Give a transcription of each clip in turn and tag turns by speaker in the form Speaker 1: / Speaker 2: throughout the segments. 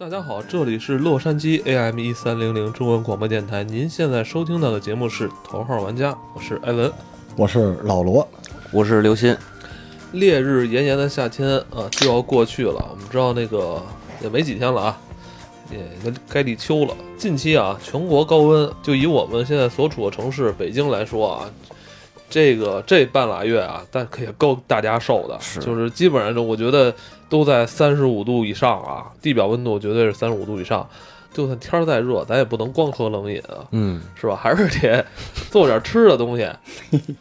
Speaker 1: 大家好，这里是洛杉矶 AM 一三零零中文广播电台。您现在收听到的节目是《头号玩家》，我是艾文。
Speaker 2: 我是老罗，
Speaker 3: 我是刘鑫，
Speaker 1: 烈日炎炎的夏天啊，就要过去了。我们知道那个也没几天了啊，也该立秋了。近期啊，全国高温，就以我们现在所处的城市北京来说啊，这个这半拉月啊，但可也够大家受的，
Speaker 3: 是
Speaker 1: 就是基本上就我觉得都在三十五度以上啊，地表温度绝对是三十五度以上。就算天儿再热，咱也不能光喝冷饮啊，
Speaker 3: 嗯，
Speaker 1: 是吧？还是得做点吃的东西。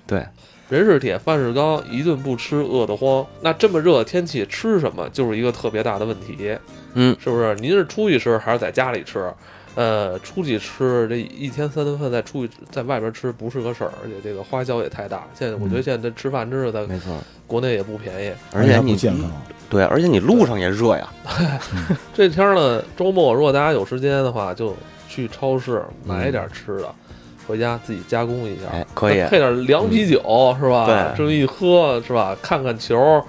Speaker 3: 对，
Speaker 1: 人是铁，饭是钢，一顿不吃饿得慌。那这么热的天气，吃什么就是一个特别大的问题，
Speaker 3: 嗯，
Speaker 1: 是不是？您是出去吃还是在家里吃？呃，出去吃这一天三顿饭，再出去在外边吃不是个事儿，而且这个花销也太大。现在我觉得现在这吃饭真是在
Speaker 3: 没错，
Speaker 1: 国内也不便宜。
Speaker 3: 而且
Speaker 2: 还不
Speaker 3: 你
Speaker 2: 健康，
Speaker 3: 嗯对，而且你路上也热呀，
Speaker 1: 这天儿呢，周末如果大家有时间的话，就去超市买点吃的，回家自己加工一下，
Speaker 3: 哎，可以嗯
Speaker 1: 再，配点凉啤酒、是吧？
Speaker 3: 对
Speaker 1: 这么一喝是吧？看看球，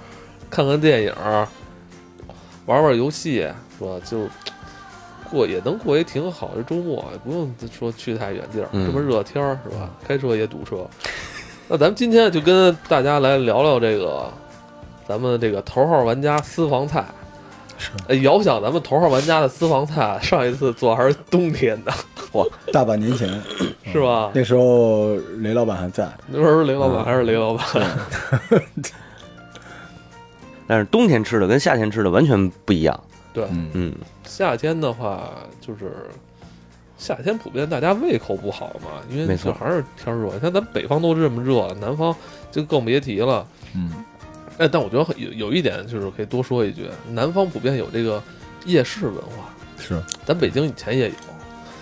Speaker 1: 看看电影，玩玩游戏是吧？就过也能过也挺好。这周末也不用说去太远地儿，
Speaker 3: 嗯
Speaker 1: 这么热天儿是吧？开车也堵车。那咱们今天就跟大家来聊聊这个咱们这个头号玩家私房菜。
Speaker 2: 是
Speaker 1: 哎，遥想咱们头号玩家的私房菜，上一次做还是冬天的，
Speaker 2: 大半年前嗯
Speaker 1: 是吧？
Speaker 3: 嗯
Speaker 2: 那时候雷老板还在，
Speaker 1: 那时候雷老板还是雷老板，
Speaker 3: 但是冬天吃的跟夏天吃的完全不一样，
Speaker 1: 对，
Speaker 2: 嗯，
Speaker 3: 嗯，
Speaker 1: 夏天的话，就是夏天普遍大家胃口不好嘛，因为
Speaker 3: 没
Speaker 1: 就
Speaker 3: 错
Speaker 1: 还是天热。你看咱北方都这么热，南方就更别提了。
Speaker 2: 嗯，
Speaker 1: 哎，但我觉得有有一点就是可以多说一句，南方普遍有这个夜市文化，
Speaker 2: 是，
Speaker 1: 咱北京以前也有，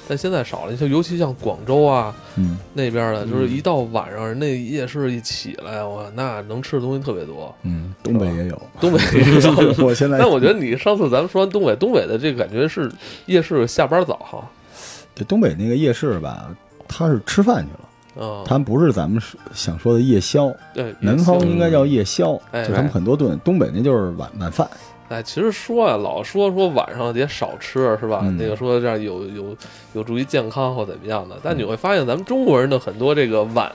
Speaker 1: 但现在少了。你像尤其像广州啊
Speaker 2: 嗯
Speaker 1: 那边的，就是一到晚上人那夜市一起来，哇，那能吃的东西特别 多。
Speaker 2: 嗯，东北也有，
Speaker 1: 东北也有
Speaker 2: 我现在
Speaker 1: 但我觉得你上次咱们说完东北，东北的这个感觉是夜市下班早哈。
Speaker 2: 对东北那个夜市吧，他是吃饭去了，
Speaker 1: 啊，
Speaker 2: 他们不是咱们是想说的夜宵，
Speaker 1: 对也
Speaker 2: 南方
Speaker 1: 行
Speaker 2: 应该叫夜宵，
Speaker 1: 哎
Speaker 2: 就他们
Speaker 3: 对
Speaker 2: 很多顿，东北那就是晚晚饭，
Speaker 1: 哎，其实说啊，老说说晚上也少吃是吧？
Speaker 2: 嗯
Speaker 1: 那个说这样有有有助于健康或怎么样的，但你会发现咱们中国人的很多这个晚，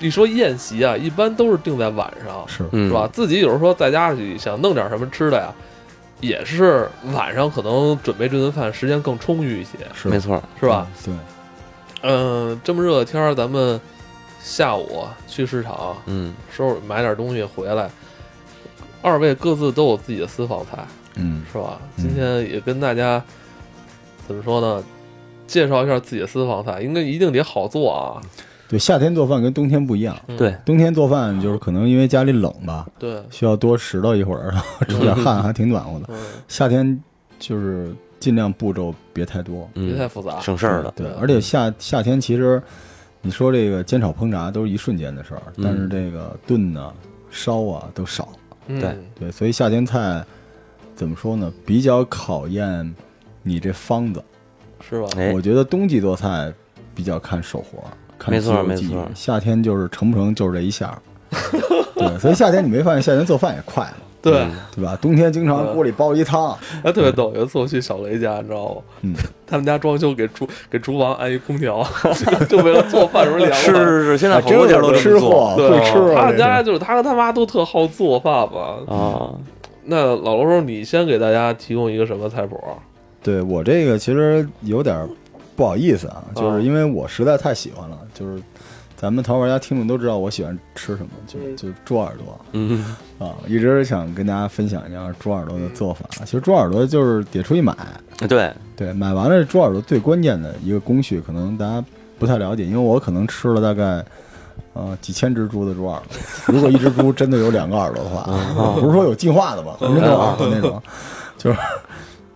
Speaker 1: 一说宴席啊，一般都是定在晚上，
Speaker 2: 是，
Speaker 3: 嗯
Speaker 1: 是吧？？自己有时候在家里想弄点什么吃的呀，也是晚上可能准备这顿饭时间更充裕一些，
Speaker 2: 是
Speaker 3: 没，错，
Speaker 1: 是吧？
Speaker 2: 嗯？对，
Speaker 1: 嗯、这么热的天儿，咱们下午啊去市场
Speaker 3: 嗯，
Speaker 1: 收拾买点东西回来，二位各自都有自己的私房菜。
Speaker 2: 嗯，
Speaker 1: 是吧？
Speaker 2: 嗯
Speaker 1: 今天也跟大家怎么说呢？介绍一下自己的私房菜，应该一定得好做啊。
Speaker 2: 对，夏天做饭跟冬天不一样，
Speaker 1: 嗯
Speaker 3: 对，
Speaker 2: 冬天做饭就是可能因为家里冷吧，
Speaker 1: 对，
Speaker 2: 需要多拾掇一会儿，然 后出点汗，还挺暖和的。
Speaker 1: 嗯，
Speaker 2: 夏天就是尽量步骤别太多，
Speaker 1: 别太
Speaker 3: 嗯，
Speaker 1: 复杂。
Speaker 3: 省事儿了，嗯
Speaker 2: 对，
Speaker 1: 对
Speaker 2: 而且夏夏天其实你说这个煎炒烹炸都是一瞬间的事儿，
Speaker 3: 嗯
Speaker 2: 但是这个炖呢、烧啊都少，
Speaker 1: 嗯
Speaker 3: 对
Speaker 2: 对，所以夏天菜怎么说呢，比较考验你这方子。
Speaker 1: 是吧？
Speaker 3: 哎
Speaker 2: 我，觉得冬季做菜比较看手活，看
Speaker 3: 没错
Speaker 2: 肌肉
Speaker 3: 没
Speaker 2: 记忆
Speaker 3: 错
Speaker 2: 夏天就是成不成就是这一下儿。对，所以夏天你没发现夏天做饭也快吗？
Speaker 1: 对，
Speaker 3: 嗯
Speaker 2: 对吧？冬天经常锅里煲一汤，
Speaker 1: 哎，特别逗。有一次我去小雷家，你知道吗？
Speaker 2: 嗯，
Speaker 1: 他们家装修给厨给厨房安一空调， 就为了做饭时候凉快。
Speaker 3: 是 是是，现在
Speaker 2: 啊
Speaker 3: 好
Speaker 2: 真
Speaker 3: 多地
Speaker 2: 有
Speaker 3: 儿都这
Speaker 2: 吃
Speaker 3: 么做
Speaker 2: 货，
Speaker 1: 对
Speaker 2: 会吃
Speaker 1: 他
Speaker 2: 啊
Speaker 1: 们
Speaker 2: 这
Speaker 1: 家
Speaker 2: 是
Speaker 1: 就是他和他妈都特好做饭嘛。
Speaker 3: 啊，
Speaker 1: 那老罗说，你先给大家提供一个什么菜谱？啊
Speaker 2: 对我这个其实有点儿不好意思啊，就
Speaker 1: 啊
Speaker 2: 是因为我实在太喜欢了，就是咱们淘玩家听众都知道我喜欢吃什么，就
Speaker 1: 嗯
Speaker 2: 就猪耳朵
Speaker 3: 嗯，
Speaker 2: 啊，一直想跟大家分享一下猪耳朵的做法。其实猪耳朵就是得出去买，
Speaker 3: 对，
Speaker 2: 对，买完了猪耳朵最关键的一个工序，可能大家不太了解，因为我可能吃了大概。呃，几千只猪的猪耳朵，如果一只猪真的有两个耳朵的话，
Speaker 1: 嗯
Speaker 2: 啊不是说有进化的嘛，真的有耳朵那种，就是，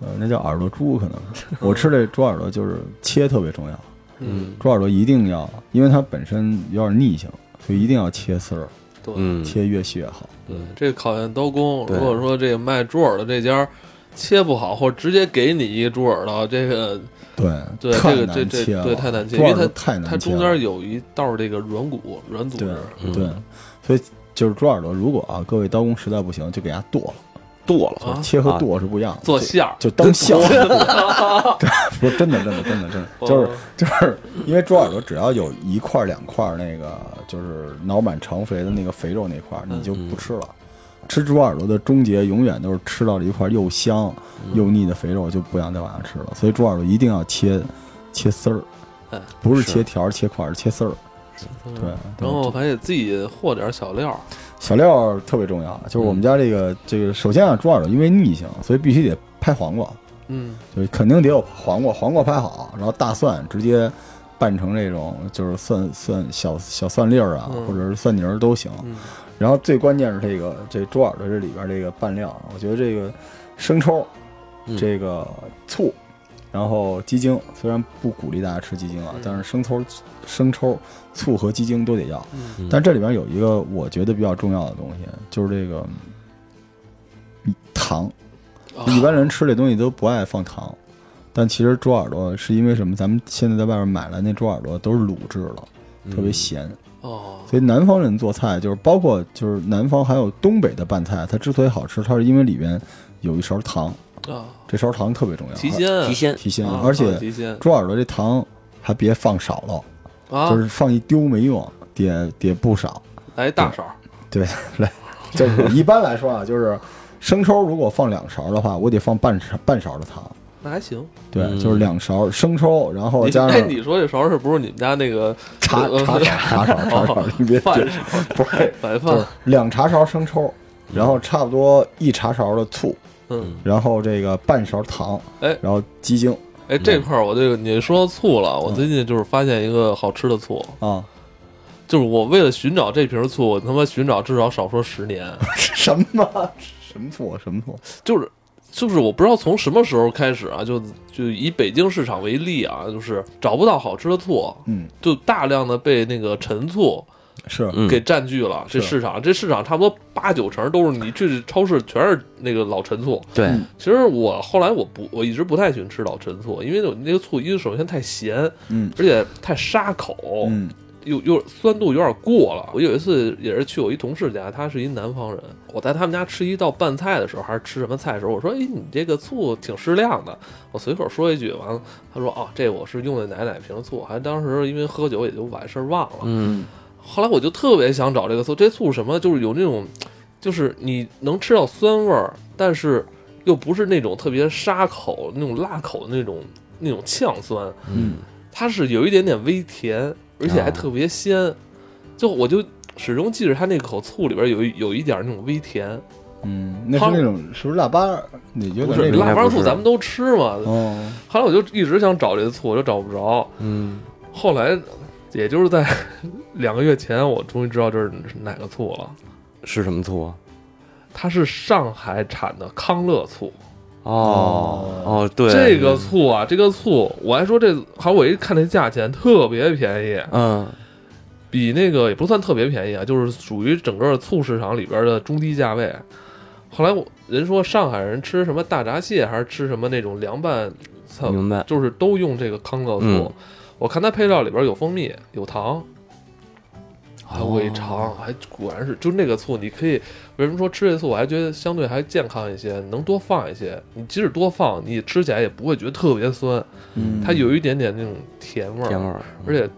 Speaker 2: 呃，那叫耳朵猪可能。我吃这猪耳朵就是切特别重要，
Speaker 1: 嗯，
Speaker 2: 猪耳朵一定要，因为它本身有点腻性，所以一定要切丝儿，
Speaker 1: 对，
Speaker 3: 嗯，
Speaker 2: 切越细越好。
Speaker 1: 对，这考验刀工。
Speaker 3: 对
Speaker 1: 如果说这卖猪耳朵这家切不好，或者直接给你一个猪耳朵，这个
Speaker 2: 对，
Speaker 1: 对
Speaker 2: 太
Speaker 1: 这个这
Speaker 2: 难
Speaker 1: 这
Speaker 2: 切了，
Speaker 1: 对太难切
Speaker 2: 猪耳
Speaker 1: 因为
Speaker 2: 朵太难切了。
Speaker 1: 它中间有一道这个软骨软组织
Speaker 2: 对
Speaker 3: 嗯
Speaker 2: 对，所以就是猪耳朵，如果啊各位刀工实在不行，就给它剁了，
Speaker 3: 剁了，
Speaker 1: 啊
Speaker 2: 切和
Speaker 3: 啊
Speaker 2: 剁是不一样的，
Speaker 1: 做馅儿，
Speaker 2: 就当 馅儿
Speaker 1: 儿，
Speaker 2: 不是真的，真的，真的，真的，
Speaker 1: 哦
Speaker 2: 就是就是因为猪耳朵只要有一块儿两块儿那个就是脑满肠肥的那个肥肉那块儿，你就
Speaker 1: 嗯
Speaker 2: 不吃了。吃猪耳朵的终结永远都是吃到了一块又香
Speaker 1: 嗯
Speaker 2: 又腻的肥肉，就不想再往下吃了。所以猪耳朵一定要切切丝儿
Speaker 1: 哎，
Speaker 2: 不是
Speaker 3: 是
Speaker 2: 切条儿切块儿，是切丝儿。对，
Speaker 1: 嗯然后还得自己和点小料儿，
Speaker 2: 小料儿特别重要，啊就是我们家这个这个，首先啊，猪耳朵因为腻性，所以必须得拍黄瓜，
Speaker 1: 嗯，
Speaker 2: 就是肯定得有黄瓜，黄瓜拍好，然后大蒜直接拌成这种就是蒜蒜小小蒜粒儿啊，
Speaker 1: 嗯
Speaker 2: 或者是蒜泥儿都行。
Speaker 1: 嗯
Speaker 2: 然后最关键是这个这猪耳朵这里边这个拌料，啊我觉得这个生抽
Speaker 3: 嗯，
Speaker 2: 这个醋，然后鸡精，虽然不鼓励大家吃鸡精啊
Speaker 1: 嗯，
Speaker 2: 但是生抽、生抽、醋和鸡精都得要。
Speaker 1: 嗯
Speaker 3: 嗯
Speaker 2: 但这里边有一个我觉得比较重要的东西，就是这个嗯糖。
Speaker 1: 啊
Speaker 2: 一般人吃这东西都不爱放糖，但其实猪耳朵是因为什么？咱们现在在外边买来那猪耳朵都是卤制的，
Speaker 3: 嗯
Speaker 2: 特别咸。
Speaker 1: 哦，
Speaker 2: 所以南方人做菜就是包括就是南方还有东北的拌菜，它之所以好吃，它是因为里边有一勺糖，
Speaker 1: 啊，
Speaker 2: 这勺糖特别重要，
Speaker 1: 提鲜啊，
Speaker 3: 提鲜，
Speaker 2: 提鲜，
Speaker 1: 啊，
Speaker 2: 而
Speaker 1: 啊
Speaker 2: 且
Speaker 1: 提鲜
Speaker 2: 猪耳朵这糖还别放少了，
Speaker 1: 啊
Speaker 2: 就，是放一丢没用，得得 不少。
Speaker 1: 来一哎大勺儿，
Speaker 2: 就是一般来说啊，就是生抽如果放两勺的话，我得放半勺半勺的糖。
Speaker 1: 那还行。
Speaker 2: 对，
Speaker 3: 嗯
Speaker 2: 就是两勺生抽，然后
Speaker 1: 你
Speaker 2: 加
Speaker 1: 哎，
Speaker 2: 上
Speaker 1: 你说这勺是不是你们家那个
Speaker 2: 茶
Speaker 1: 呃
Speaker 2: 茶茶茶
Speaker 1: 哦
Speaker 2: 勺茶勺，你别
Speaker 1: 饭
Speaker 2: 别不是，
Speaker 1: 白
Speaker 2: 就
Speaker 1: 饭
Speaker 2: 是？两茶勺生抽，然后差不多一茶勺的醋，
Speaker 1: 嗯，
Speaker 2: 然后这个半勺糖，
Speaker 1: 哎
Speaker 2: 然后鸡精
Speaker 1: 哎，这块儿我这个你说到醋了，我
Speaker 2: 嗯
Speaker 1: 最近就是发现一个好吃的醋，
Speaker 2: 啊，
Speaker 1: 就是我为了寻找这瓶醋，我他妈寻找至少少说十年，
Speaker 2: 什么什么醋什么醋，
Speaker 1: 就是就是我不知道从什么时候开始啊，就就以北京市场为例啊，就是找不到好吃的醋，
Speaker 2: 嗯，
Speaker 1: 就大量的被那个陈醋
Speaker 2: 是
Speaker 3: 嗯
Speaker 1: 给占据了、这
Speaker 2: 是
Speaker 1: 市场，这市场差不多八九成都是你去超市全是那个老陈醋。
Speaker 3: 对，
Speaker 2: 嗯
Speaker 1: 其实我后来我不我一直不太喜欢吃老陈醋，因为我那个醋一首先太咸，
Speaker 2: 嗯
Speaker 1: 而且太沙口，
Speaker 2: 嗯
Speaker 1: 又又酸度有点过了。我有一次也是去我一同事家，他是一南方人，我在他们家吃一道拌菜的时候，还是吃什么菜的时候，我说：“哎，你这个醋挺适量的。”我随口说一句，完了他说：“哦，这我是用的奶奶瓶醋，还当时因为喝酒也就完事儿忘了。
Speaker 3: 嗯
Speaker 1: 后来我就特别想找这个醋，这醋什么就是有那种，就是你能吃到酸味儿，但是又不是那种特别沙口、那种辣口的那种那种呛酸，
Speaker 2: 嗯，
Speaker 1: 它是有一点点微甜，而且还
Speaker 3: 啊
Speaker 1: 特别鲜。就我就始终记着它那口醋里边有一有一点那种微甜，
Speaker 2: 嗯，那是那种是不是腊八儿？你有
Speaker 1: 不
Speaker 2: 点
Speaker 1: 是
Speaker 2: 那种
Speaker 1: 腊八
Speaker 3: 不
Speaker 1: 醋
Speaker 3: 是
Speaker 1: 咱们都吃嘛。
Speaker 2: 哦，
Speaker 1: 后来我就一直想找这个醋，我就找不着。
Speaker 3: 嗯
Speaker 1: 后来也就是在 两个月前，我终于知道这是哪个醋了。
Speaker 3: 是什么醋啊？
Speaker 1: 它是上海产的康乐醋。
Speaker 3: 哦哦，对，
Speaker 1: 这个醋啊，这个醋，我还说这，好，我一看这价钱特别便宜，
Speaker 3: 嗯
Speaker 1: 比那个也不算特别便宜啊，就是属于整个醋市场里边的中低价位。后来我人说上海人吃什么大闸蟹，还是吃什么那种凉拌，操，
Speaker 3: 明白
Speaker 1: 就是都用这个康乐醋。
Speaker 3: 嗯
Speaker 1: 我看它配料里边有蜂蜜，有糖，还有胃肠，还果然是就那个醋，你可以为什么说吃这醋，我还觉得相对还健康一些，能多放一些。你即使多放，你吃起来也不会觉得特别酸，
Speaker 2: 嗯
Speaker 1: 它有一点点那种甜味儿，
Speaker 3: 甜味儿，
Speaker 1: 而且。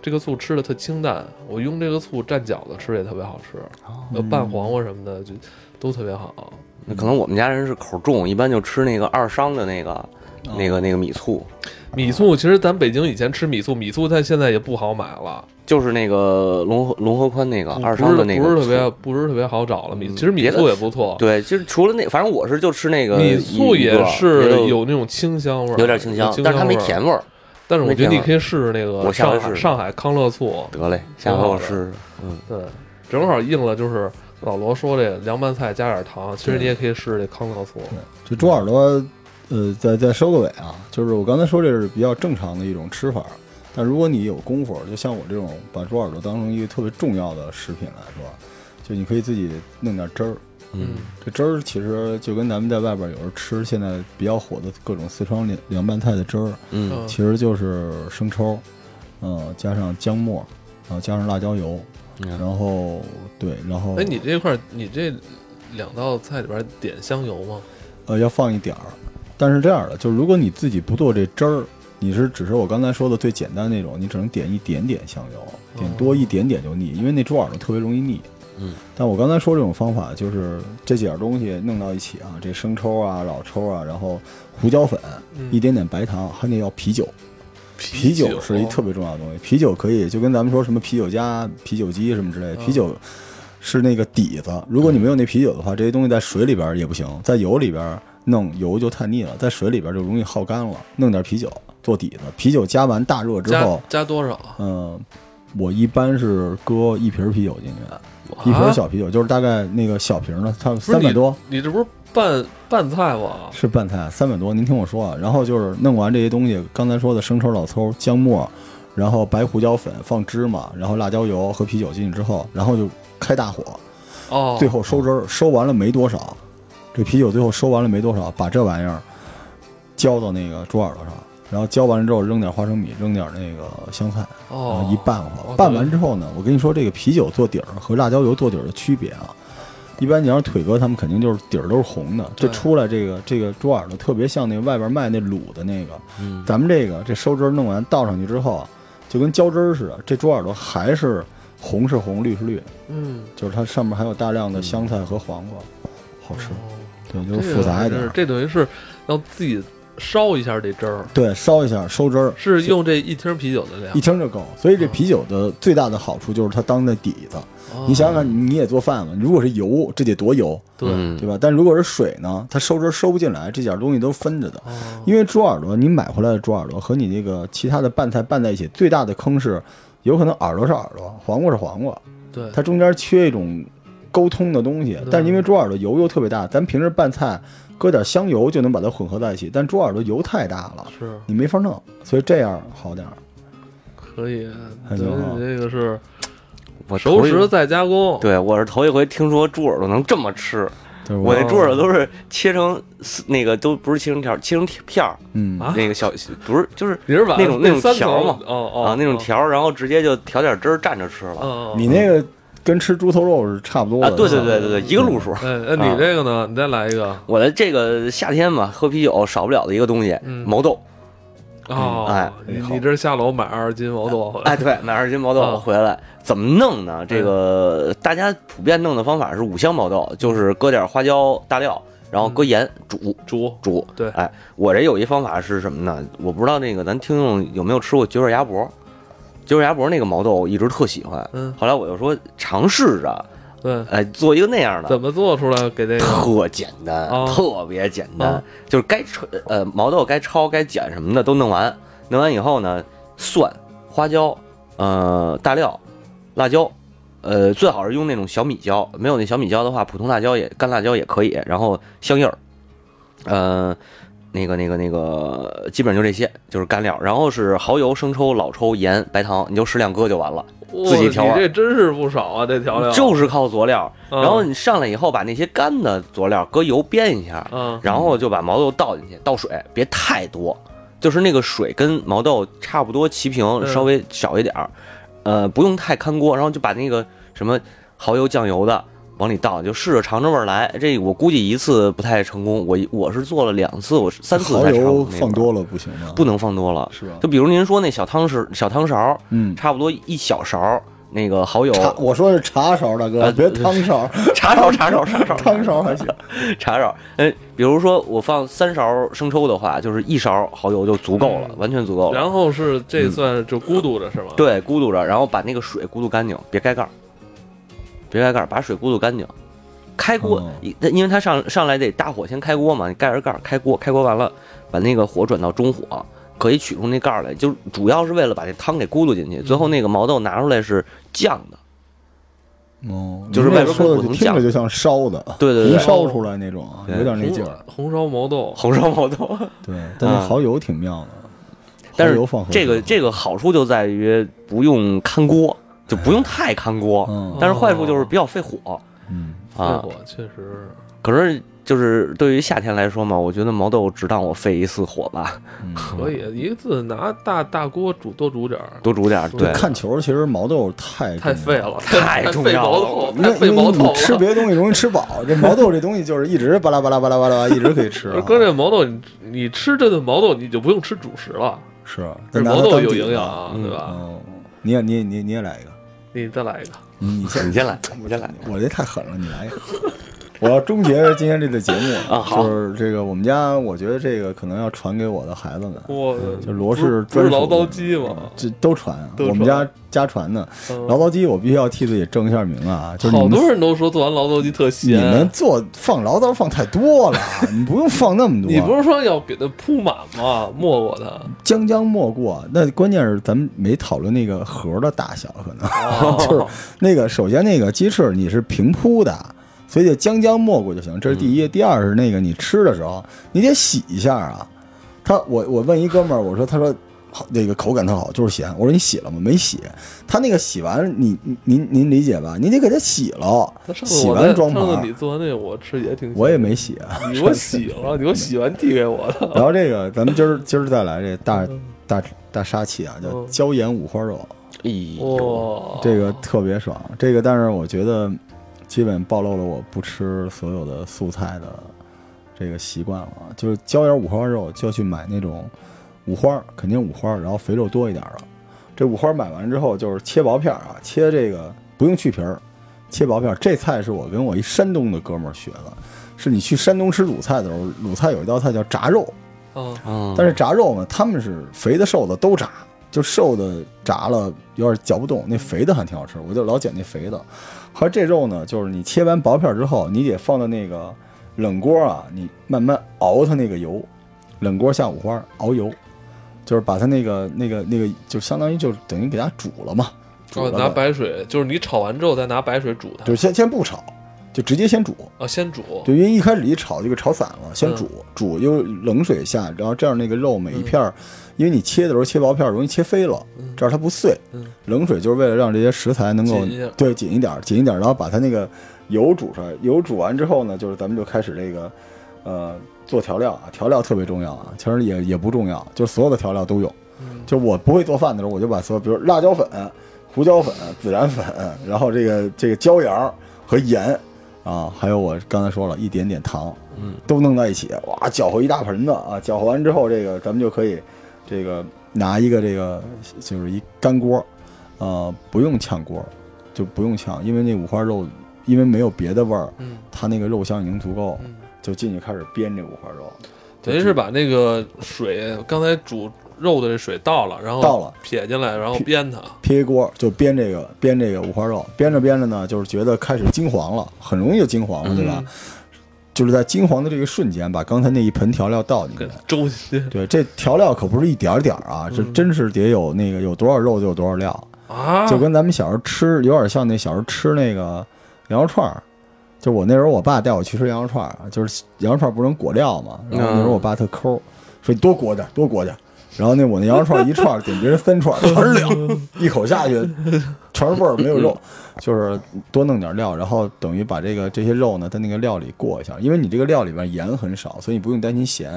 Speaker 1: 这个醋吃的特清淡，我用这个醋蘸饺子吃也特别好吃，呃，
Speaker 2: 嗯
Speaker 1: 拌黄瓜什么的就都特别好。
Speaker 3: 那可能我们家人是口重，一般就吃那个二商的那个
Speaker 1: 哦
Speaker 2: 嗯
Speaker 3: 那个那个米醋，
Speaker 1: 米醋其实咱北京以前吃米醋，米醋它现在也不好买了，
Speaker 3: 就是那个龙河龙河宽那个
Speaker 1: 不
Speaker 3: 啊二
Speaker 1: 不
Speaker 3: 商
Speaker 1: 是
Speaker 3: 的那个
Speaker 1: 不
Speaker 3: 醋，
Speaker 1: 是特别不是特别好找了。米
Speaker 3: 嗯
Speaker 1: 其实米
Speaker 3: 别的
Speaker 1: 醋也不错，
Speaker 3: 对，其实除了那，反正我是就吃那个
Speaker 1: 米醋
Speaker 3: 一
Speaker 1: 也
Speaker 3: 个
Speaker 1: 是
Speaker 3: 也有
Speaker 1: 有那种清香味儿，
Speaker 3: 有点清香，但是它没
Speaker 1: 味儿
Speaker 3: 甜味儿。
Speaker 1: 但是我
Speaker 3: 没
Speaker 1: 觉得你
Speaker 3: 见过
Speaker 1: 可以试试那个
Speaker 3: 我下
Speaker 1: 上
Speaker 3: 回
Speaker 1: 海
Speaker 3: 试试
Speaker 1: 上海康乐醋，
Speaker 3: 得嘞，下回我试试。嗯，
Speaker 1: 对，正好应了就是老罗说这凉拌菜加点糖，其实你也可以试试这康乐醋。
Speaker 2: 这猪耳朵，呃，再再收个尾啊，就是我刚才说这是比较正常的一种吃法，但如果你有功夫，就像我这种把猪耳朵当成一个特别重要的食品来说，就你可以自己弄点汁儿。
Speaker 1: 嗯，
Speaker 2: 这汁儿其实就跟咱们在外边有时候吃现在比较火的各种四川凉凉拌菜的汁儿，
Speaker 3: 嗯
Speaker 2: 其实就是生抽，嗯，加上姜末，然后加上辣椒油，
Speaker 3: 嗯
Speaker 2: 然后对，然后
Speaker 1: 哎哎，你这块儿你这两道菜里边点香油吗？
Speaker 2: 呃，要放一点儿。但是这样的，就是如果你自己不做这汁儿，你是只是我刚才说的最简单那种，你只能点一点点香油，点多一点点就腻，因为那猪耳朵特别容易腻。
Speaker 3: 嗯，
Speaker 2: 但我刚才说这种方法就是这几样东西弄到一起啊，这生抽啊、老抽啊，然后胡椒粉，
Speaker 1: 嗯
Speaker 2: 一点点白糖，还得要啤酒。啤酒是一特别重要的东西，啤酒可以就跟咱们说什么啤酒加、啤酒鸡什么之类的，
Speaker 1: 嗯
Speaker 2: 啤酒是那个底子。如果你没有那啤酒的话，这些东西在水里边也不行，在油里边弄油就太腻了，在水里边就容易耗干了，弄点啤酒做底子。啤酒加完大热之
Speaker 1: 加
Speaker 2: 后，
Speaker 1: 加多少啊？
Speaker 2: 嗯、我一般是搁一瓶啤酒进去，一瓶小啤酒，就是大概那个小瓶的，它
Speaker 1: 啊不是
Speaker 2: 三百多。
Speaker 1: 你，你这不是拌拌菜吗？
Speaker 2: 是拌菜，三百多。您听我说啊，然后就是弄完这些东西，刚才说的生抽、老抽、姜末，然后白胡椒粉，放芝麻，然后辣椒油和啤酒进去之后，然后就开大火，
Speaker 1: 哦，
Speaker 2: 最后收汁儿，收完了没多少，这啤酒最后收完了没多少，把这玩意儿浇到那个猪耳朵上，然后浇完了之后扔点花生米，扔点那个香菜，然
Speaker 1: 哦
Speaker 2: 啊后一拌
Speaker 1: 哦
Speaker 2: 和，拌完之后呢，我跟你说这个啤酒做底儿和辣椒油做底儿的区别啊。一般你要是腿哥他们肯定就是底儿都是红的，这
Speaker 1: 对
Speaker 2: 出来这个这个猪耳朵特别像那个外边卖那卤的那个，
Speaker 3: 嗯
Speaker 2: 咱们这个这收汁儿弄完倒上去之后啊，就跟浇汁儿似的，这猪耳朵还是红是红，绿是绿，
Speaker 1: 嗯，
Speaker 2: 就是它上面还有大量的香菜和黄瓜，好吃。对，
Speaker 1: 哦嗯这
Speaker 2: 就是复杂一点
Speaker 1: 个
Speaker 2: 儿
Speaker 1: 是。这等于是要自己烧一下这汁儿，
Speaker 2: 对，烧一下收汁儿，
Speaker 1: 是用这一听啤酒的量
Speaker 2: 一。听就够。所以这啤酒的最大的好处就是它当的底子。
Speaker 1: 哦
Speaker 2: 你想，想，你也做饭嘛，如果是油，这得多油，
Speaker 1: 对，
Speaker 3: 嗯
Speaker 2: 对吧？但如果是水呢，它收汁儿收不进来，这点儿东西都是分着的。
Speaker 1: 哦
Speaker 2: 因为猪耳朵，你买回来的猪耳朵和你那个其他的拌菜拌在一起，最大的坑是，有可能耳朵是耳朵，黄瓜是黄瓜，
Speaker 1: 对，
Speaker 2: 它中间缺一种沟通的东西
Speaker 1: 对。
Speaker 2: 但因为猪耳朵油又特别大，咱平时拌菜搁点香油就能把它混合在一起，但猪耳朵油太大了，
Speaker 1: 是
Speaker 2: 你没法弄，所以这样好点儿。
Speaker 1: 可以，
Speaker 2: 还
Speaker 1: 等
Speaker 2: 行
Speaker 1: 于
Speaker 2: 啊
Speaker 1: 你这个是
Speaker 3: 我头
Speaker 1: 熟
Speaker 3: 一
Speaker 1: 食再加工。
Speaker 3: 对我是头一回听说猪耳朵能这么吃，
Speaker 2: 就是
Speaker 3: 我那猪耳朵都是切成丝那个都不是切成条，切成片儿，
Speaker 2: 嗯
Speaker 1: 啊
Speaker 3: 那个小不是就是
Speaker 1: 你是把
Speaker 3: 那种
Speaker 1: 那
Speaker 3: 那种
Speaker 1: 三
Speaker 3: 条嘛
Speaker 1: 层哦哦
Speaker 3: 啊那种
Speaker 1: 哦
Speaker 3: 条儿，然后直接就调点汁儿蘸着吃了
Speaker 1: 哦，
Speaker 2: 你那个跟吃猪头肉是差不多
Speaker 3: 啊！
Speaker 2: 的。
Speaker 3: 对对对对对，一个路数。
Speaker 1: 哎，那
Speaker 3: 啊
Speaker 1: 你这个呢？你再来一个
Speaker 3: 我的这个夏天嘛，喝啤酒少不了的一个东西，
Speaker 1: 嗯
Speaker 3: 毛豆。
Speaker 1: 哦！
Speaker 3: 哎
Speaker 1: 你
Speaker 2: 好
Speaker 1: 你这下楼买二十斤毛豆回来，
Speaker 3: 哎，对，买二斤毛豆
Speaker 1: 啊
Speaker 3: 回来怎么弄呢？
Speaker 1: 嗯
Speaker 3: 这个大家普遍弄的方法是五香毛豆，就是搁点花椒、大料，然后搁盐煮
Speaker 1: 猪
Speaker 3: 煮。
Speaker 1: 嗯对
Speaker 3: 哎，我这有一方法是什么呢？我不知道那个咱听众有没有吃过绝味鸭脖。绝味鸭脖那个毛豆我一直特喜欢，
Speaker 1: 嗯
Speaker 3: 后来我就说尝试着，
Speaker 1: 对，
Speaker 3: 哎，做一个那样的，
Speaker 1: 怎么做出来给这个？
Speaker 3: 特简单，
Speaker 1: 哦
Speaker 3: 特别简单，
Speaker 1: 哦
Speaker 3: 就是该扯呃毛豆该焯该剪什么的都弄完，弄完以后呢，蒜、花椒、呃大料、辣椒，呃最好是用那种小米椒，没有那小米椒的话，普通辣椒也干辣椒也可以，然后香叶儿，呃。那个、那个、那个，基本就这些，就是干料。然后是蚝油、生抽、老抽、盐、白糖，你就适量搁就完了，
Speaker 1: 哇
Speaker 3: 自己调
Speaker 1: 你
Speaker 3: 味
Speaker 1: 这
Speaker 3: 儿
Speaker 1: 真是不少啊！这调料
Speaker 3: 就是靠佐料。
Speaker 1: 嗯
Speaker 3: 然后你上来以后，把那些干的佐料搁油煸一下，
Speaker 1: 嗯
Speaker 3: 然后就把毛豆倒进去，倒水，别太多，就是那个水跟毛豆差不多齐平，
Speaker 1: 嗯
Speaker 3: 稍微少一点儿，呃，不用太看锅，然后就把那个什么蚝油、酱油的往里倒，就试着尝着味儿来。这我估计一次不太成功，我我是做了两次，我是三次
Speaker 2: 蚝
Speaker 3: 才尝
Speaker 2: 油
Speaker 3: 过那
Speaker 2: 放
Speaker 3: 个
Speaker 2: 多了不行吗？
Speaker 3: 不能放多了。
Speaker 2: 是吧？
Speaker 3: 就比如您说那小汤匙、小汤勺，
Speaker 2: 嗯，
Speaker 3: 差不多一小勺那个蚝油，
Speaker 2: 茶我说是茶勺，大哥，
Speaker 3: 啊
Speaker 2: 别汤勺，
Speaker 3: 茶勺、茶勺、茶勺、
Speaker 2: 汤勺还行。
Speaker 3: 茶勺，嗯，比如说我放三勺生抽的话，就是一勺蚝油就足够了，
Speaker 1: 嗯
Speaker 3: 完全足够了。
Speaker 1: 然后是这算就孤独的是吗？，
Speaker 3: 嗯对，咕嘟着，然后把那个水咕嘟干净，别盖盖儿，别盖盖儿，把水咕嘟干净。开锅
Speaker 2: 哦，
Speaker 3: 因因为它上上来得大火先开锅嘛，你盖着盖儿开锅，开锅完了，把那个火转到中火，可以取出那盖儿来，就主要是为了把这汤给咕嘟进去。最后那个毛豆拿出来是酱的，
Speaker 2: 哦，
Speaker 3: 就是外边
Speaker 2: 说的
Speaker 3: 不能
Speaker 2: 听
Speaker 3: 酱
Speaker 2: 着就像烧的，
Speaker 3: 对对
Speaker 2: 红
Speaker 3: 对，
Speaker 2: 烧出来那种啊，
Speaker 3: 对
Speaker 2: 有点那
Speaker 1: 红
Speaker 2: 劲儿。
Speaker 1: 红烧毛豆，
Speaker 3: 红烧毛豆。
Speaker 2: 对，但
Speaker 3: 啊
Speaker 2: 是蚝油挺妙的，
Speaker 3: 但是
Speaker 2: 蚝油放合
Speaker 3: 这个
Speaker 2: 适
Speaker 3: 这个好处就在于不用看锅，就不用太看锅。
Speaker 2: 嗯
Speaker 3: 哦但是坏处就是比较费火
Speaker 2: 嗯，
Speaker 1: 这
Speaker 3: 啊。
Speaker 1: 我确实
Speaker 3: 可是就是对于夏天来说嘛，我觉得毛豆只当我费一次火吧，
Speaker 2: 嗯
Speaker 1: 可以一个字拿大大锅煮多煮点儿，
Speaker 3: 多煮点儿。
Speaker 1: 就
Speaker 3: 对，
Speaker 2: 看球其实毛豆太
Speaker 1: 太
Speaker 2: 重要
Speaker 1: 费了，
Speaker 3: 太
Speaker 1: 太
Speaker 3: 重
Speaker 1: 费
Speaker 3: 要
Speaker 1: 毛
Speaker 3: 了
Speaker 1: 头，
Speaker 2: 因
Speaker 1: 太
Speaker 2: 为
Speaker 1: 费
Speaker 2: 因
Speaker 1: 毛
Speaker 2: 为
Speaker 1: 头
Speaker 2: 你吃
Speaker 1: 了。
Speaker 2: 别的东西容易吃饱，这毛豆这东西就是一直巴拉巴拉巴拉巴拉巴拉，一直可以吃啊
Speaker 1: 而。哥，这毛豆，你你吃这顿毛豆，你就不用吃主食了，
Speaker 2: 是啊
Speaker 1: 这
Speaker 2: 拿它
Speaker 1: 毛豆
Speaker 2: 当
Speaker 1: 有
Speaker 2: 底
Speaker 1: 营养
Speaker 2: 啊。
Speaker 1: 啊，
Speaker 3: 嗯
Speaker 1: 对吧？
Speaker 2: 哦，你也你也你也你也来一个，
Speaker 1: 你再来一个，
Speaker 2: 你你先
Speaker 3: 你先来，你先来。
Speaker 2: 我这太狠了，你来一个。我要终结今天这个节目
Speaker 3: 啊好
Speaker 2: 就是这个我们家，我觉得这个可能要传给我的孩子们，
Speaker 1: 我
Speaker 3: 嗯
Speaker 2: 就罗
Speaker 1: 不是
Speaker 2: 氏
Speaker 1: 不
Speaker 2: 专
Speaker 1: 是
Speaker 2: 属的
Speaker 1: 醪糟鸡吗？
Speaker 2: 这都传啊，
Speaker 1: 都传
Speaker 2: 我们家家传的
Speaker 1: 嗯
Speaker 2: 醪糟鸡，我必须要替自己正一下名啊，就是你
Speaker 1: 好
Speaker 2: 们
Speaker 1: 多人都说做完醪糟鸡特
Speaker 2: 你
Speaker 1: 咸，
Speaker 2: 们做放醪糟放太多了，啊你不用放那么多，
Speaker 1: 你不是说要给它铺满吗？没过它，
Speaker 2: 将将没过。那关键是咱们没讨论那个盒的大小，可能、
Speaker 1: 哦
Speaker 2: 就是那个首先那个鸡翅你是平铺的，所以就将将没过就行，这是第一。
Speaker 1: 嗯
Speaker 2: 第二是那个你吃的时候你得洗一下啊。他我我问一哥们儿，我说他说好那个口感特好，就是咸。我说你洗了吗？没洗。他那个洗完你你您您理解吧？你得给他洗了
Speaker 1: 那，上次
Speaker 2: 洗
Speaker 1: 我
Speaker 2: 完
Speaker 1: 在
Speaker 2: 装
Speaker 1: 上次
Speaker 2: 盘
Speaker 1: 你。做完那个我吃也挺，
Speaker 2: 我也没洗，啊
Speaker 1: 你给我洗了，你给我洗完递给我 的，
Speaker 2: 然后这个咱们今儿今儿再来这大
Speaker 1: 嗯
Speaker 2: 大大杀器啊，叫椒盐五花肉。
Speaker 3: 哎
Speaker 2: 哦
Speaker 3: 呦，
Speaker 1: 哇，
Speaker 2: 这个特别爽。这个，但是我觉得基本暴露了我不吃所有的素菜的这个习惯了。就是椒盐五花肉，就要去买那种五花儿，肯定五花儿，然后肥肉多一点儿的。这五花儿买完之后，就是切薄片儿啊，切这个不用去皮儿，切薄片儿。这菜是我跟我一山东的哥们儿学的，是你去山东吃鲁菜的时候，鲁菜有一道菜叫炸肉，
Speaker 1: 啊，
Speaker 3: 嗯，
Speaker 2: 但是炸肉嘛，他们是肥的瘦的都炸，就瘦的炸了有点嚼不动，那肥的还挺好吃，我就老捡那肥的。后来这肉呢，就是你切完薄片之后，你得放到那个冷锅啊，你慢慢熬它那个油，冷锅下五花熬油，就是把它那个那个那个，就相当于就等于给它煮了嘛，煮
Speaker 1: 哦
Speaker 2: 了，
Speaker 1: 拿
Speaker 2: 的，
Speaker 1: 白水，就是你炒完之后再拿白水煮它
Speaker 2: 就，先先不炒，就直接先煮，
Speaker 1: 啊，先煮，
Speaker 2: 对，因为一开始一炒就给炒散了，先煮，煮用冷水下，然后这样那个肉每一片儿，因为你切的时候切薄片儿容易切飞了，这样它不碎
Speaker 1: 嗯。
Speaker 2: 冷水就是为了让这些食材能够
Speaker 1: 紧一点
Speaker 2: 对紧一点儿，紧一点儿，然后把它那个油煮出来。油煮完之后呢，就是咱们就开始这个呃做调料啊，调料特别重要啊，其实也也不重要，就是所有的调料都有。
Speaker 1: 嗯
Speaker 2: 就我不会做饭的时候，我就把所有，比如辣椒粉、胡椒粉、孜然粉，然后这个这个椒盐儿和盐啊，还有我刚才说了一点点糖，
Speaker 3: 嗯，
Speaker 2: 都弄在一起，哇，搅和一大盆子啊，搅和完之后，这个咱们就可以这个拿一个这个就是一干锅，呃，不用炝锅，就不用炝，因为那五花肉因为没有别的味儿，
Speaker 1: 嗯
Speaker 2: 它那个肉香已经足够，
Speaker 1: 嗯。
Speaker 2: 就进去开始煸这五花肉，
Speaker 1: 等于是把那个水，刚才煮肉的这水倒了，然后
Speaker 2: 倒了
Speaker 1: 撇进来，然后煸它。
Speaker 2: 撇一锅就煸这个煸这个五花肉，煸着煸着呢，就是觉得开始金黄了，很容易就金黄
Speaker 1: 嗯
Speaker 2: 嗯了，对吧？就是在金黄的这个瞬间，把刚才那一盆调料倒进
Speaker 1: 给
Speaker 2: 去
Speaker 1: 它。粥进去
Speaker 2: 对，这调料可不是一点儿点儿啊，
Speaker 1: 嗯
Speaker 2: 这真是得有那个有多少肉就有多少料，
Speaker 1: 啊，
Speaker 2: 就跟咱们小时候吃有点像那小时候吃那个羊肉串儿。就我那时候，我爸带我去吃羊肉串儿，就是羊肉串儿不是能裹料嘛，然后那时候我爸特抠，说你多裹点儿，多裹点儿。然后那我那羊肉串儿一串儿顶别人三串儿，全是料，一口下去全是味儿，没有肉，就是多弄点料，然后等于把这个这些肉呢在那个料里过一下，因为你这个料里边盐很少，所以你不用担心咸。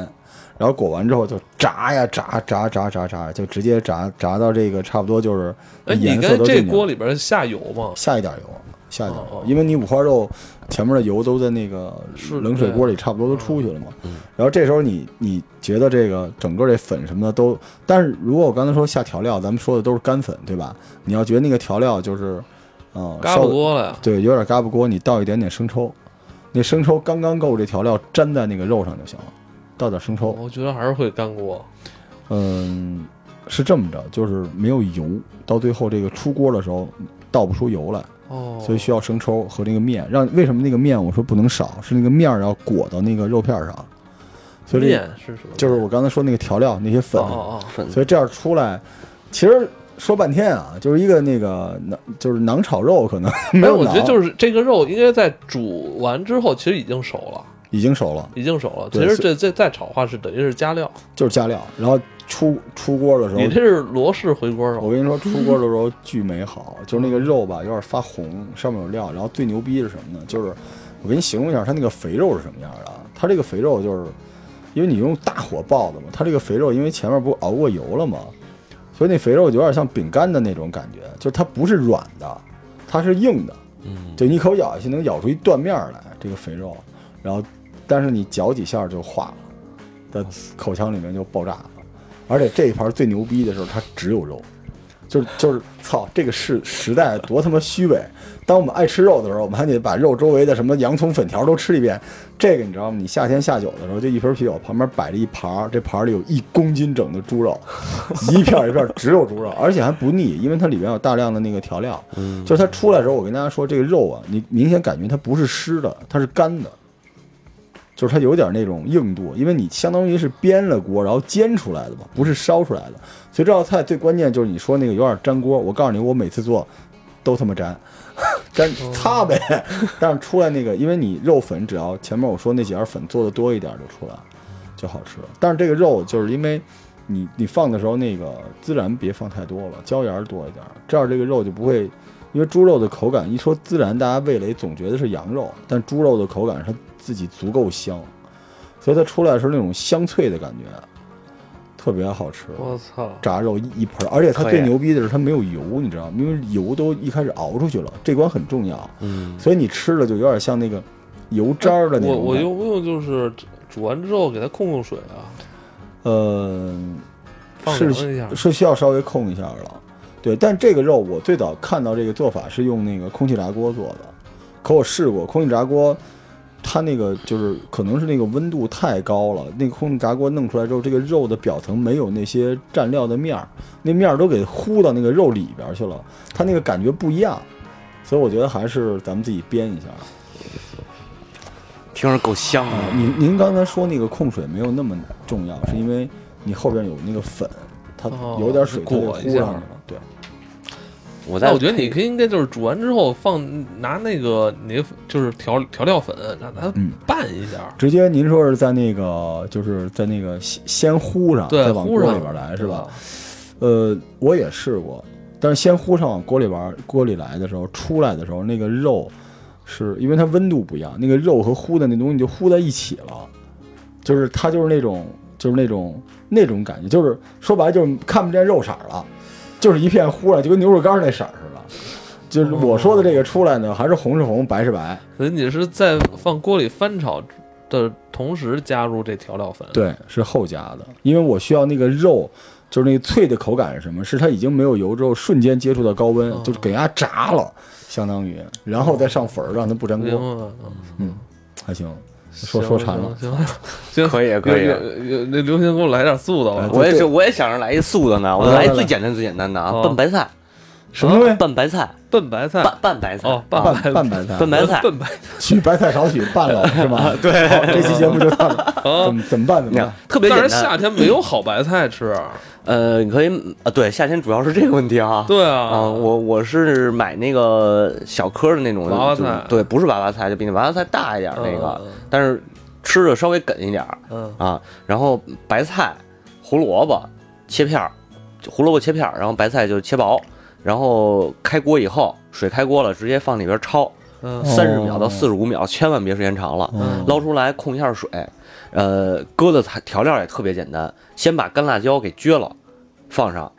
Speaker 2: 然后裹完之后就炸呀炸炸炸炸炸，就直接炸炸到这个差不多就是
Speaker 1: 哎，你
Speaker 2: 颜色
Speaker 1: 跟
Speaker 2: 都
Speaker 1: 这
Speaker 2: 进去
Speaker 1: 锅
Speaker 2: 了，
Speaker 1: 里边下油吗？
Speaker 2: 下一点油，下一点
Speaker 1: 哦
Speaker 2: 油
Speaker 1: 哦，
Speaker 2: 因为你五花肉前面的油都在那个
Speaker 1: 是
Speaker 2: 冷水锅里差不多都出去了嘛。
Speaker 1: 嗯
Speaker 2: 然后这时候你你觉得这个整个这粉什么的都，但是如果我刚才说下调料，咱们说的都是干粉对吧？你要觉得那个调料就是，嗯、
Speaker 1: 嘎
Speaker 2: 稍
Speaker 1: 巴
Speaker 2: 微
Speaker 1: 锅了呀！
Speaker 2: 对，有点嘎巴锅，你倒一点点生抽，那生抽刚刚够这调料粘在那个肉上就行了，倒点生抽。
Speaker 1: 哦我觉得还是会干锅。
Speaker 2: 嗯，是这么着，就是没有油，到最后这个出锅的时候倒不出油来，
Speaker 1: 哦，
Speaker 2: 所以需要生抽和那个面。让为什么那个面我说不能少，是那个面儿要裹到那个肉片儿上，所以这
Speaker 1: 面是什么？
Speaker 2: 就是我刚才说那个调料那些粉，
Speaker 1: 哦哦
Speaker 3: 粉
Speaker 2: 所以这样出来，其实。说半天啊，就是一个那个馕，就是馕炒肉，可能
Speaker 1: 哦，
Speaker 2: 没
Speaker 1: 哎，
Speaker 2: 有
Speaker 1: 我
Speaker 2: 馕，
Speaker 1: 觉得就是这个肉应该在煮完之后，其实已经熟了，
Speaker 2: 已经熟了。
Speaker 1: 已经熟了。其
Speaker 2: 对
Speaker 1: 实
Speaker 2: 是
Speaker 1: 这这再炒的话是等于是加料。
Speaker 2: 就是加料，然后出出锅的时
Speaker 1: 你
Speaker 2: 候，
Speaker 1: 这是罗氏回锅
Speaker 2: 我
Speaker 1: 肉，
Speaker 2: 跟你说出锅的 时候巨美好，就是那个肉吧有点发红，上面有料，然后最牛逼是什么呢？就是我给你形容一下它那个肥肉是什么样的啊？它这个肥肉就是，因为你用大火爆的嘛，它这个肥肉因为前面不熬过油了嘛，所以那肥肉有点像饼干的那种感觉，就是它不是软的，它是硬的，
Speaker 3: 嗯，
Speaker 2: 就你一口咬下去能咬出一断面儿来，这个肥肉，然后但是你嚼几下就化了，在口腔里面就爆炸了。而且这一盘最牛逼的是，它只有肉，就是就是操，这个是时代多他妈虚伪。当我们爱吃肉的时候，我们还得把肉周围的什么洋葱、粉条都吃一遍。这个你知道吗？你夏天下酒的时候，就一瓶啤酒旁边摆着一盘儿，这盘儿里有一公斤整的猪肉，一片儿一片儿只有猪肉，而且还不腻，因为它里边有大量的那个调料。就是它出来的时候，我跟大家说，这个肉啊，你明显感觉它不是湿的，它是干的，就是它有点那种硬度，因为你相当于是煸了锅，然后煎出来的嘛，不是烧出来的。所以这道菜最关键就是你说那个有点粘锅，我告诉你，我每次做都他妈粘， 粘擦呗。 但是出来那个，因为你肉粉只要前面我说那几样粉做的多一点就出来了，就好吃了。但是这个肉就是因为。你你放的时候，那个孜然别放太多了，椒盐儿多一点儿，这样这个肉就不会因为猪肉的口感，一说孜然，大家味蕾总觉得是羊肉，但猪肉的口感是它自己足够香，所以它出来的时候那种香脆的感觉，特别好吃。
Speaker 1: 我操，
Speaker 2: 炸肉一一盆儿，而且它
Speaker 3: 可以
Speaker 2: 最牛逼的是它没有油，你知道吗？因为油都一开始熬出去了，这关很重要，
Speaker 3: 嗯，
Speaker 2: 所以你吃了就有点像那个油渣儿的那
Speaker 1: 我
Speaker 2: 种感觉。
Speaker 1: 我用不用就是煮完之后给它控控水啊？
Speaker 2: 呃，
Speaker 1: 放
Speaker 2: 是
Speaker 1: 凉一下
Speaker 2: 是需要稍微控一下了。对，但这个肉我最早看到这个做法是用那个空气炸锅做的，可我试过空气炸锅，它那个就是可能是那个温度太高了，那个空气炸锅弄出来之后，这个肉的表层没有那些蘸料的面儿，那面儿都给糊到那个肉里边儿去了，它那个感觉不一样，所以我觉得还是咱们自己煸一下。
Speaker 3: 听着够香
Speaker 2: 啊，
Speaker 3: 的，
Speaker 2: 您您刚才说那个控水没有那么重要，是因为你后边有那个粉，它
Speaker 1: 哦
Speaker 2: 有点水它就
Speaker 1: 裹一
Speaker 2: 糊
Speaker 1: 下
Speaker 2: 上去了。对，
Speaker 3: 我
Speaker 1: 那
Speaker 3: 在
Speaker 1: 我觉得你可以应该就是煮完之后放拿那个你就是调调料粉，拿拿它
Speaker 2: 嗯
Speaker 1: 拌一下，
Speaker 2: 直接您说是在那个就是在那个先先糊上，
Speaker 1: 对，
Speaker 2: 再往
Speaker 1: 糊
Speaker 2: 锅
Speaker 1: 上
Speaker 2: 里边来是吧？？呃，我也试过，但是先糊上往锅里边锅里来的时候，出来的时候那个肉是因为它温度不一样，那个肉和糊的那东西就糊在一起了，就是它就是那种就是那种那种感觉，就是说白了就是看不见肉色儿了，就是一片糊了，就跟牛肉干儿那色儿似的。就是我说的这个出来呢，还是红是红，白是白。
Speaker 1: 所以你是在放锅里翻炒的同时加入这调料粉，，
Speaker 2: 对，是后加的，因为我需要那个肉，就是那个脆的口感是什么？是它已经没有油之后，瞬间接触到高温，
Speaker 3: 嗯
Speaker 1: 哦
Speaker 2: 就是给它炸了，相当于，然后再上粉儿，让它不粘
Speaker 1: 明
Speaker 2: 锅。
Speaker 1: 白吗？嗯
Speaker 2: 嗯，还行。说说馋了，
Speaker 1: 行行，
Speaker 3: 可以可以
Speaker 1: 以，那刘星给我来点素的吧
Speaker 2: 哎对嗯
Speaker 3: 我也是，我也想着来一素的呢，我
Speaker 2: 来
Speaker 3: 来
Speaker 2: 来
Speaker 3: 最简单最简单的啊
Speaker 1: 哦，
Speaker 3: 拌白菜，
Speaker 2: 什么东西？
Speaker 3: 拌白菜，
Speaker 1: 笨白菜
Speaker 3: 拌拌白菜，啊
Speaker 1: 哦，拌
Speaker 2: 拌
Speaker 1: 白
Speaker 2: 拌 白菜，
Speaker 3: 拌 白菜
Speaker 1: 笨白
Speaker 2: 取白菜少取拌了是 吗？对，这期节目就到了，
Speaker 1: 啊
Speaker 3: 哦
Speaker 2: 怎！么怎么办？怎
Speaker 3: 你
Speaker 2: 么
Speaker 3: 看
Speaker 2: 办？
Speaker 3: 特别
Speaker 1: 但是
Speaker 3: 简单。
Speaker 1: 夏天没有好白菜吃，
Speaker 3: 呃，你可以啊，对，夏天主要是这个问题啊。
Speaker 1: 对啊，
Speaker 3: 啊，我我是买那个小颗的那种
Speaker 1: 娃娃菜
Speaker 3: 就是对，不是娃娃菜，就比那娃娃菜大一点那个，
Speaker 1: 嗯
Speaker 3: 但是吃着稍微梗一点儿
Speaker 1: 嗯
Speaker 3: 啊。然后白菜、胡萝卜切片儿，胡萝卜切片儿，然后白菜就切薄，然后开锅以后，水开锅了，直接放里边焯
Speaker 1: 嗯
Speaker 2: 哦
Speaker 3: 三十秒到四十五秒，千万别时间长了。
Speaker 1: 嗯
Speaker 3: 捞出来控一下水，呃，搁的材调料也特别简单，先把干辣椒给撅了，放上。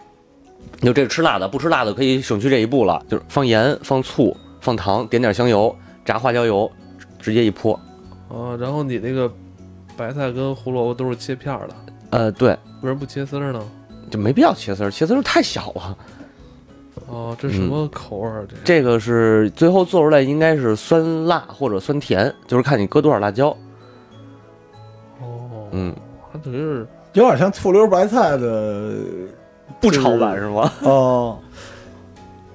Speaker 3: 就这吃辣的，不吃辣的可以省去这一步了，就是放盐、放醋、放糖，点点香油，炸花椒油，直接一泼。
Speaker 1: 啊，然后你那个白菜跟胡萝卜都是切片儿的，
Speaker 3: 呃，对，
Speaker 1: 为什么不切丝儿呢？
Speaker 3: 就没必要切丝儿，切丝儿太小了。
Speaker 1: 哦，这什么口味儿？啊这
Speaker 3: 嗯这个是最后做出来应该是酸辣或者酸甜，就是看你搁多少辣椒。
Speaker 1: 哦，
Speaker 3: 嗯，
Speaker 1: 它等于是
Speaker 2: 有点像醋溜白菜的
Speaker 3: 不炒版是吗？
Speaker 2: 哦。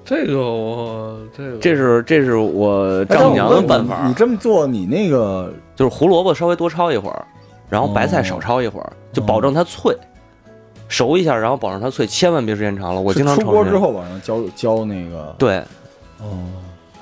Speaker 1: 这个我这个
Speaker 3: 这是这是我
Speaker 2: 哎
Speaker 3: 丈母娘的
Speaker 2: 但我
Speaker 3: 办
Speaker 2: 问
Speaker 3: 法。
Speaker 2: 你你这么做，你那个
Speaker 3: 就是胡萝卜稍微多焯一会儿，然后白菜少焯一会儿，就保证它脆，熟一下，然后保证它脆，千万别时间长了。我
Speaker 2: 是
Speaker 3: 经常
Speaker 2: 出
Speaker 3: 炒
Speaker 2: 锅
Speaker 3: 这
Speaker 2: 之
Speaker 3: 个，
Speaker 2: 后往上浇浇那个
Speaker 3: 对，
Speaker 2: 哦，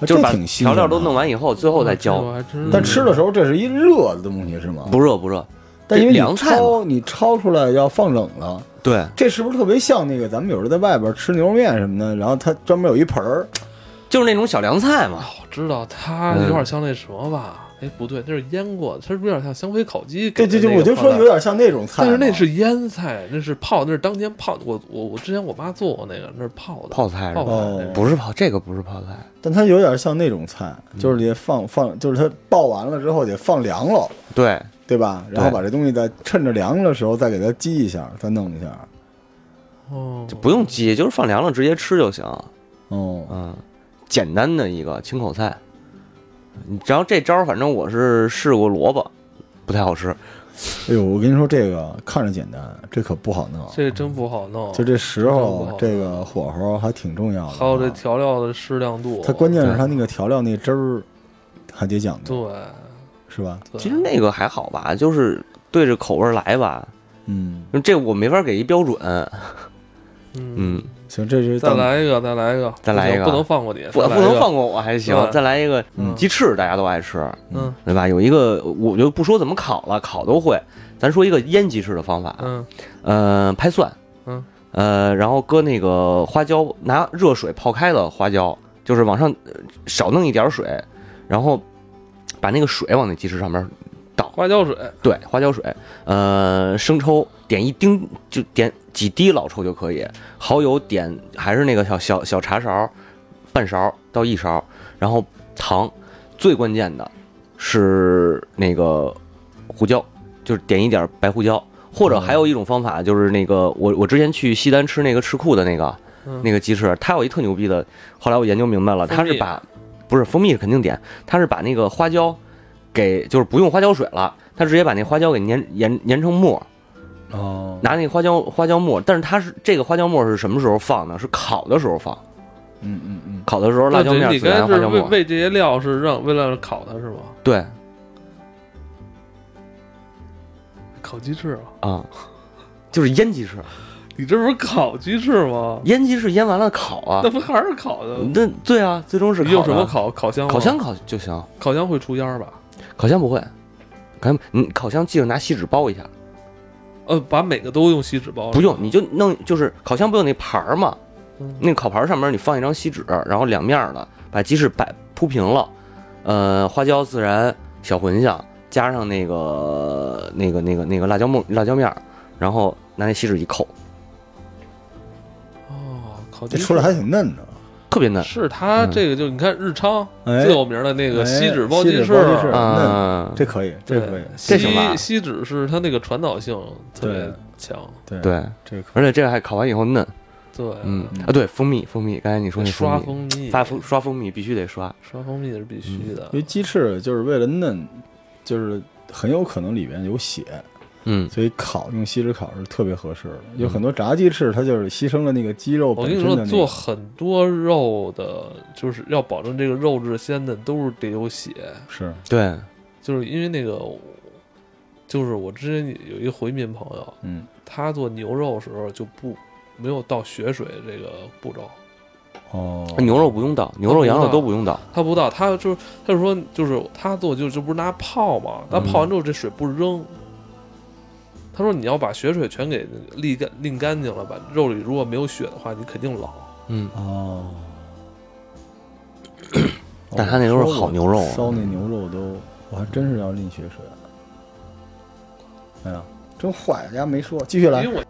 Speaker 3: 就是把
Speaker 2: 这挺新
Speaker 3: 调料
Speaker 2: 鲜的
Speaker 3: 都弄完以后，最后再
Speaker 1: 这
Speaker 3: 浇，
Speaker 1: 我还真
Speaker 2: 但吃的时候这是一热的东西是吗？
Speaker 3: 不热不热。
Speaker 2: 但因为你
Speaker 3: 凉菜嘛
Speaker 2: 焯你焯出来要放冷了，
Speaker 3: 对，
Speaker 2: 这是不是特别像那个咱们有时候在外边吃牛肉面什么的，然后它专门有一盆儿，
Speaker 1: 啊
Speaker 3: 就是那种小凉菜嘛。嗯
Speaker 1: 我知道它有点像那什么吧，哎，不对，那是腌过的，它是不是有点像香妃烤鸡给
Speaker 2: 对
Speaker 1: 的
Speaker 2: 对
Speaker 1: 那个
Speaker 2: 对，
Speaker 1: 放
Speaker 2: 我
Speaker 1: 在？
Speaker 2: 就说有点像那种菜嘛，
Speaker 1: 但是那是腌菜，那是泡，那是当天泡。我我我之前我妈做过那个，那是泡的。
Speaker 3: 泡菜是
Speaker 1: 泡
Speaker 3: 吧
Speaker 1: 菜
Speaker 2: 哦
Speaker 1: 那是
Speaker 3: 不是泡，这个不是泡菜，
Speaker 2: 但它有点像那种菜，
Speaker 3: 嗯
Speaker 2: 就是得放放，就是它爆完了之后得放凉了，
Speaker 3: 对，
Speaker 2: 对吧？然后
Speaker 3: 对
Speaker 2: 把这东西再趁着凉的时候再给它激一下，再弄一下。
Speaker 1: 哦，
Speaker 3: 就不用鸡，就是放凉了直接吃就行。
Speaker 2: 哦，
Speaker 3: 嗯，简单的一个清口菜。然后这招儿反正我是试过萝卜，不太好吃。
Speaker 2: 哎呦，我跟你说，这个看着简单，这可不好弄。
Speaker 1: 这真不好弄。
Speaker 2: 就这时
Speaker 1: 真不好
Speaker 2: 候，这个火候还挺重要的啊。
Speaker 1: 还有这调料的适量度，
Speaker 2: 它关键是它那个调料那汁儿还得讲
Speaker 1: 对
Speaker 2: 究，，是吧？
Speaker 1: 对
Speaker 3: 其实那个还好吧，就是对着口味儿来吧。
Speaker 2: 嗯，
Speaker 3: 这我没法给一标准。
Speaker 1: 嗯，
Speaker 3: 嗯，
Speaker 2: 行，这是
Speaker 1: 再
Speaker 2: 到
Speaker 1: 来一个，再来一个，
Speaker 3: 再来一个
Speaker 1: 不能放过你，
Speaker 3: 不
Speaker 1: 再来
Speaker 3: 不
Speaker 1: 一个
Speaker 3: 能放过我还行
Speaker 1: 对。
Speaker 3: 再来一个
Speaker 1: 嗯
Speaker 3: 鸡翅，大家都爱吃，
Speaker 1: 嗯
Speaker 3: 对吧？有一个我就不说怎么烤了，烤都会。咱说一个腌鸡翅的方法，
Speaker 1: 嗯
Speaker 3: 呃，拍蒜，
Speaker 1: 嗯，
Speaker 3: 呃，然后搁那个花椒，拿热水泡开的花椒，就是往上呃少弄一点水，然后把那个水往那鸡翅上面倒，
Speaker 1: 花椒水，
Speaker 3: 对，花椒水，呃，生抽点一丁，就点几滴老抽就可以，蚝油点还是那个小小小茶勺，半勺到一勺，然后糖，最关键的是那个胡椒，就是点一点白胡椒，或者还有一种方法就是那个我我之前去西单吃那个吃库的那个
Speaker 1: 嗯
Speaker 3: 那个鸡翅，它有一特牛逼的，后来我研究明白了，
Speaker 1: 蜂
Speaker 3: 它是
Speaker 1: 蜜
Speaker 3: 把不是蜂蜜是肯定点，它是把那个花椒给就是不用花椒水了，它直接把那花椒给研研研成沫，
Speaker 2: 哦，
Speaker 3: 拿那花椒花椒末，但是它是这个花椒末是什么时候放呢？是烤的时候放，
Speaker 2: 嗯嗯嗯，
Speaker 3: 烤的时候辣
Speaker 1: 那
Speaker 3: 椒面
Speaker 1: 你
Speaker 3: 孜然
Speaker 1: 刚才
Speaker 3: 花
Speaker 1: 是
Speaker 3: 椒
Speaker 1: 为
Speaker 3: 末，
Speaker 1: 为这些料是让为了烤它是吗？
Speaker 3: 对啊、
Speaker 1: 烤鸡翅啊，
Speaker 3: 就是腌鸡翅，
Speaker 1: 你这不是烤鸡翅吗？
Speaker 3: 腌鸡翅腌完了烤啊
Speaker 1: 那，不还是烤的？
Speaker 3: 那对啊，最终是
Speaker 1: 你用
Speaker 3: 烤
Speaker 1: 什
Speaker 3: 的
Speaker 1: 么烤？烤箱？
Speaker 3: 烤箱？烤就行，
Speaker 1: 烤箱会出烟儿吧？
Speaker 3: 烤箱不会，烤箱你烤箱记着拿锡纸包一下，
Speaker 1: 呃，把每个都用锡纸包。
Speaker 3: 不用，你就弄就是烤箱不有那盘儿吗？
Speaker 1: 嗯
Speaker 3: 那烤盘儿上面你放一张锡纸，然后两面儿的把鸡翅摆铺平了，呃，花椒、孜然、小茴香，加上那个那个那个那个辣椒末、辣椒面儿，然后拿那锡纸一扣，
Speaker 1: 哦，烤鸡
Speaker 2: 这
Speaker 1: 翅
Speaker 2: 出来还挺嫩的。啊
Speaker 3: 特别嫩。
Speaker 1: 是它
Speaker 3: 嗯
Speaker 1: 这个，就是你看日昌
Speaker 2: 哎
Speaker 1: 最有名的那个锡纸包
Speaker 2: 哎
Speaker 1: 鸡
Speaker 2: 锡纸包鸡翅
Speaker 1: 啊
Speaker 3: 嗯，
Speaker 2: 哎这可以，这可以，
Speaker 1: 锡
Speaker 3: 这行吧
Speaker 1: 锡纸是它那个传导性特别强，
Speaker 2: 对，
Speaker 3: 对，
Speaker 2: 这可
Speaker 3: 而且这个还烤完以后嫩。
Speaker 1: 对，
Speaker 3: 嗯啊，对，蜂蜜，蜂蜜，刚才你说那
Speaker 1: 刷
Speaker 3: 蜂蜜，
Speaker 1: 蜂蜜，
Speaker 3: 发蜂刷蜂蜜必须得刷。
Speaker 1: 刷蜂蜜是必须的
Speaker 2: 以，因，为鸡翅就是为了嫩，就是很有可能里面有血，
Speaker 3: 嗯，
Speaker 2: 所以烤用锡纸烤是特别合适的。有很多炸鸡翅，它就是牺牲了那个鸡
Speaker 1: 嗯
Speaker 2: 肉
Speaker 1: 我
Speaker 2: 本
Speaker 1: 跟你
Speaker 2: 身的、
Speaker 1: 说，
Speaker 2: 那个。
Speaker 1: 做很多肉的，就是要保证这个肉质鲜嫩，都是得有血，
Speaker 2: 是，
Speaker 3: 对，
Speaker 1: 就是因为那个，就是我之前有一回民朋友，
Speaker 2: 嗯，
Speaker 1: 他做牛肉的时候就不没有到血水这个步骤，
Speaker 2: 哦，
Speaker 3: 牛肉不用倒，牛肉、羊肉都不用倒。
Speaker 1: 他不到，他就是他就说就是他做就就不是拿泡嘛，他泡完之后这水不扔。他说：“你要把血水全给沥干、沥干净了，把肉里如果没有血的话，你肯定老。
Speaker 3: 嗯，
Speaker 2: 哦，
Speaker 3: 但它那都是好牛肉啊
Speaker 2: 哦烧那牛肉都，我还真是要淋血水。哎呀，真坏，人家没说，继续
Speaker 1: 因
Speaker 2: 来
Speaker 1: 为。我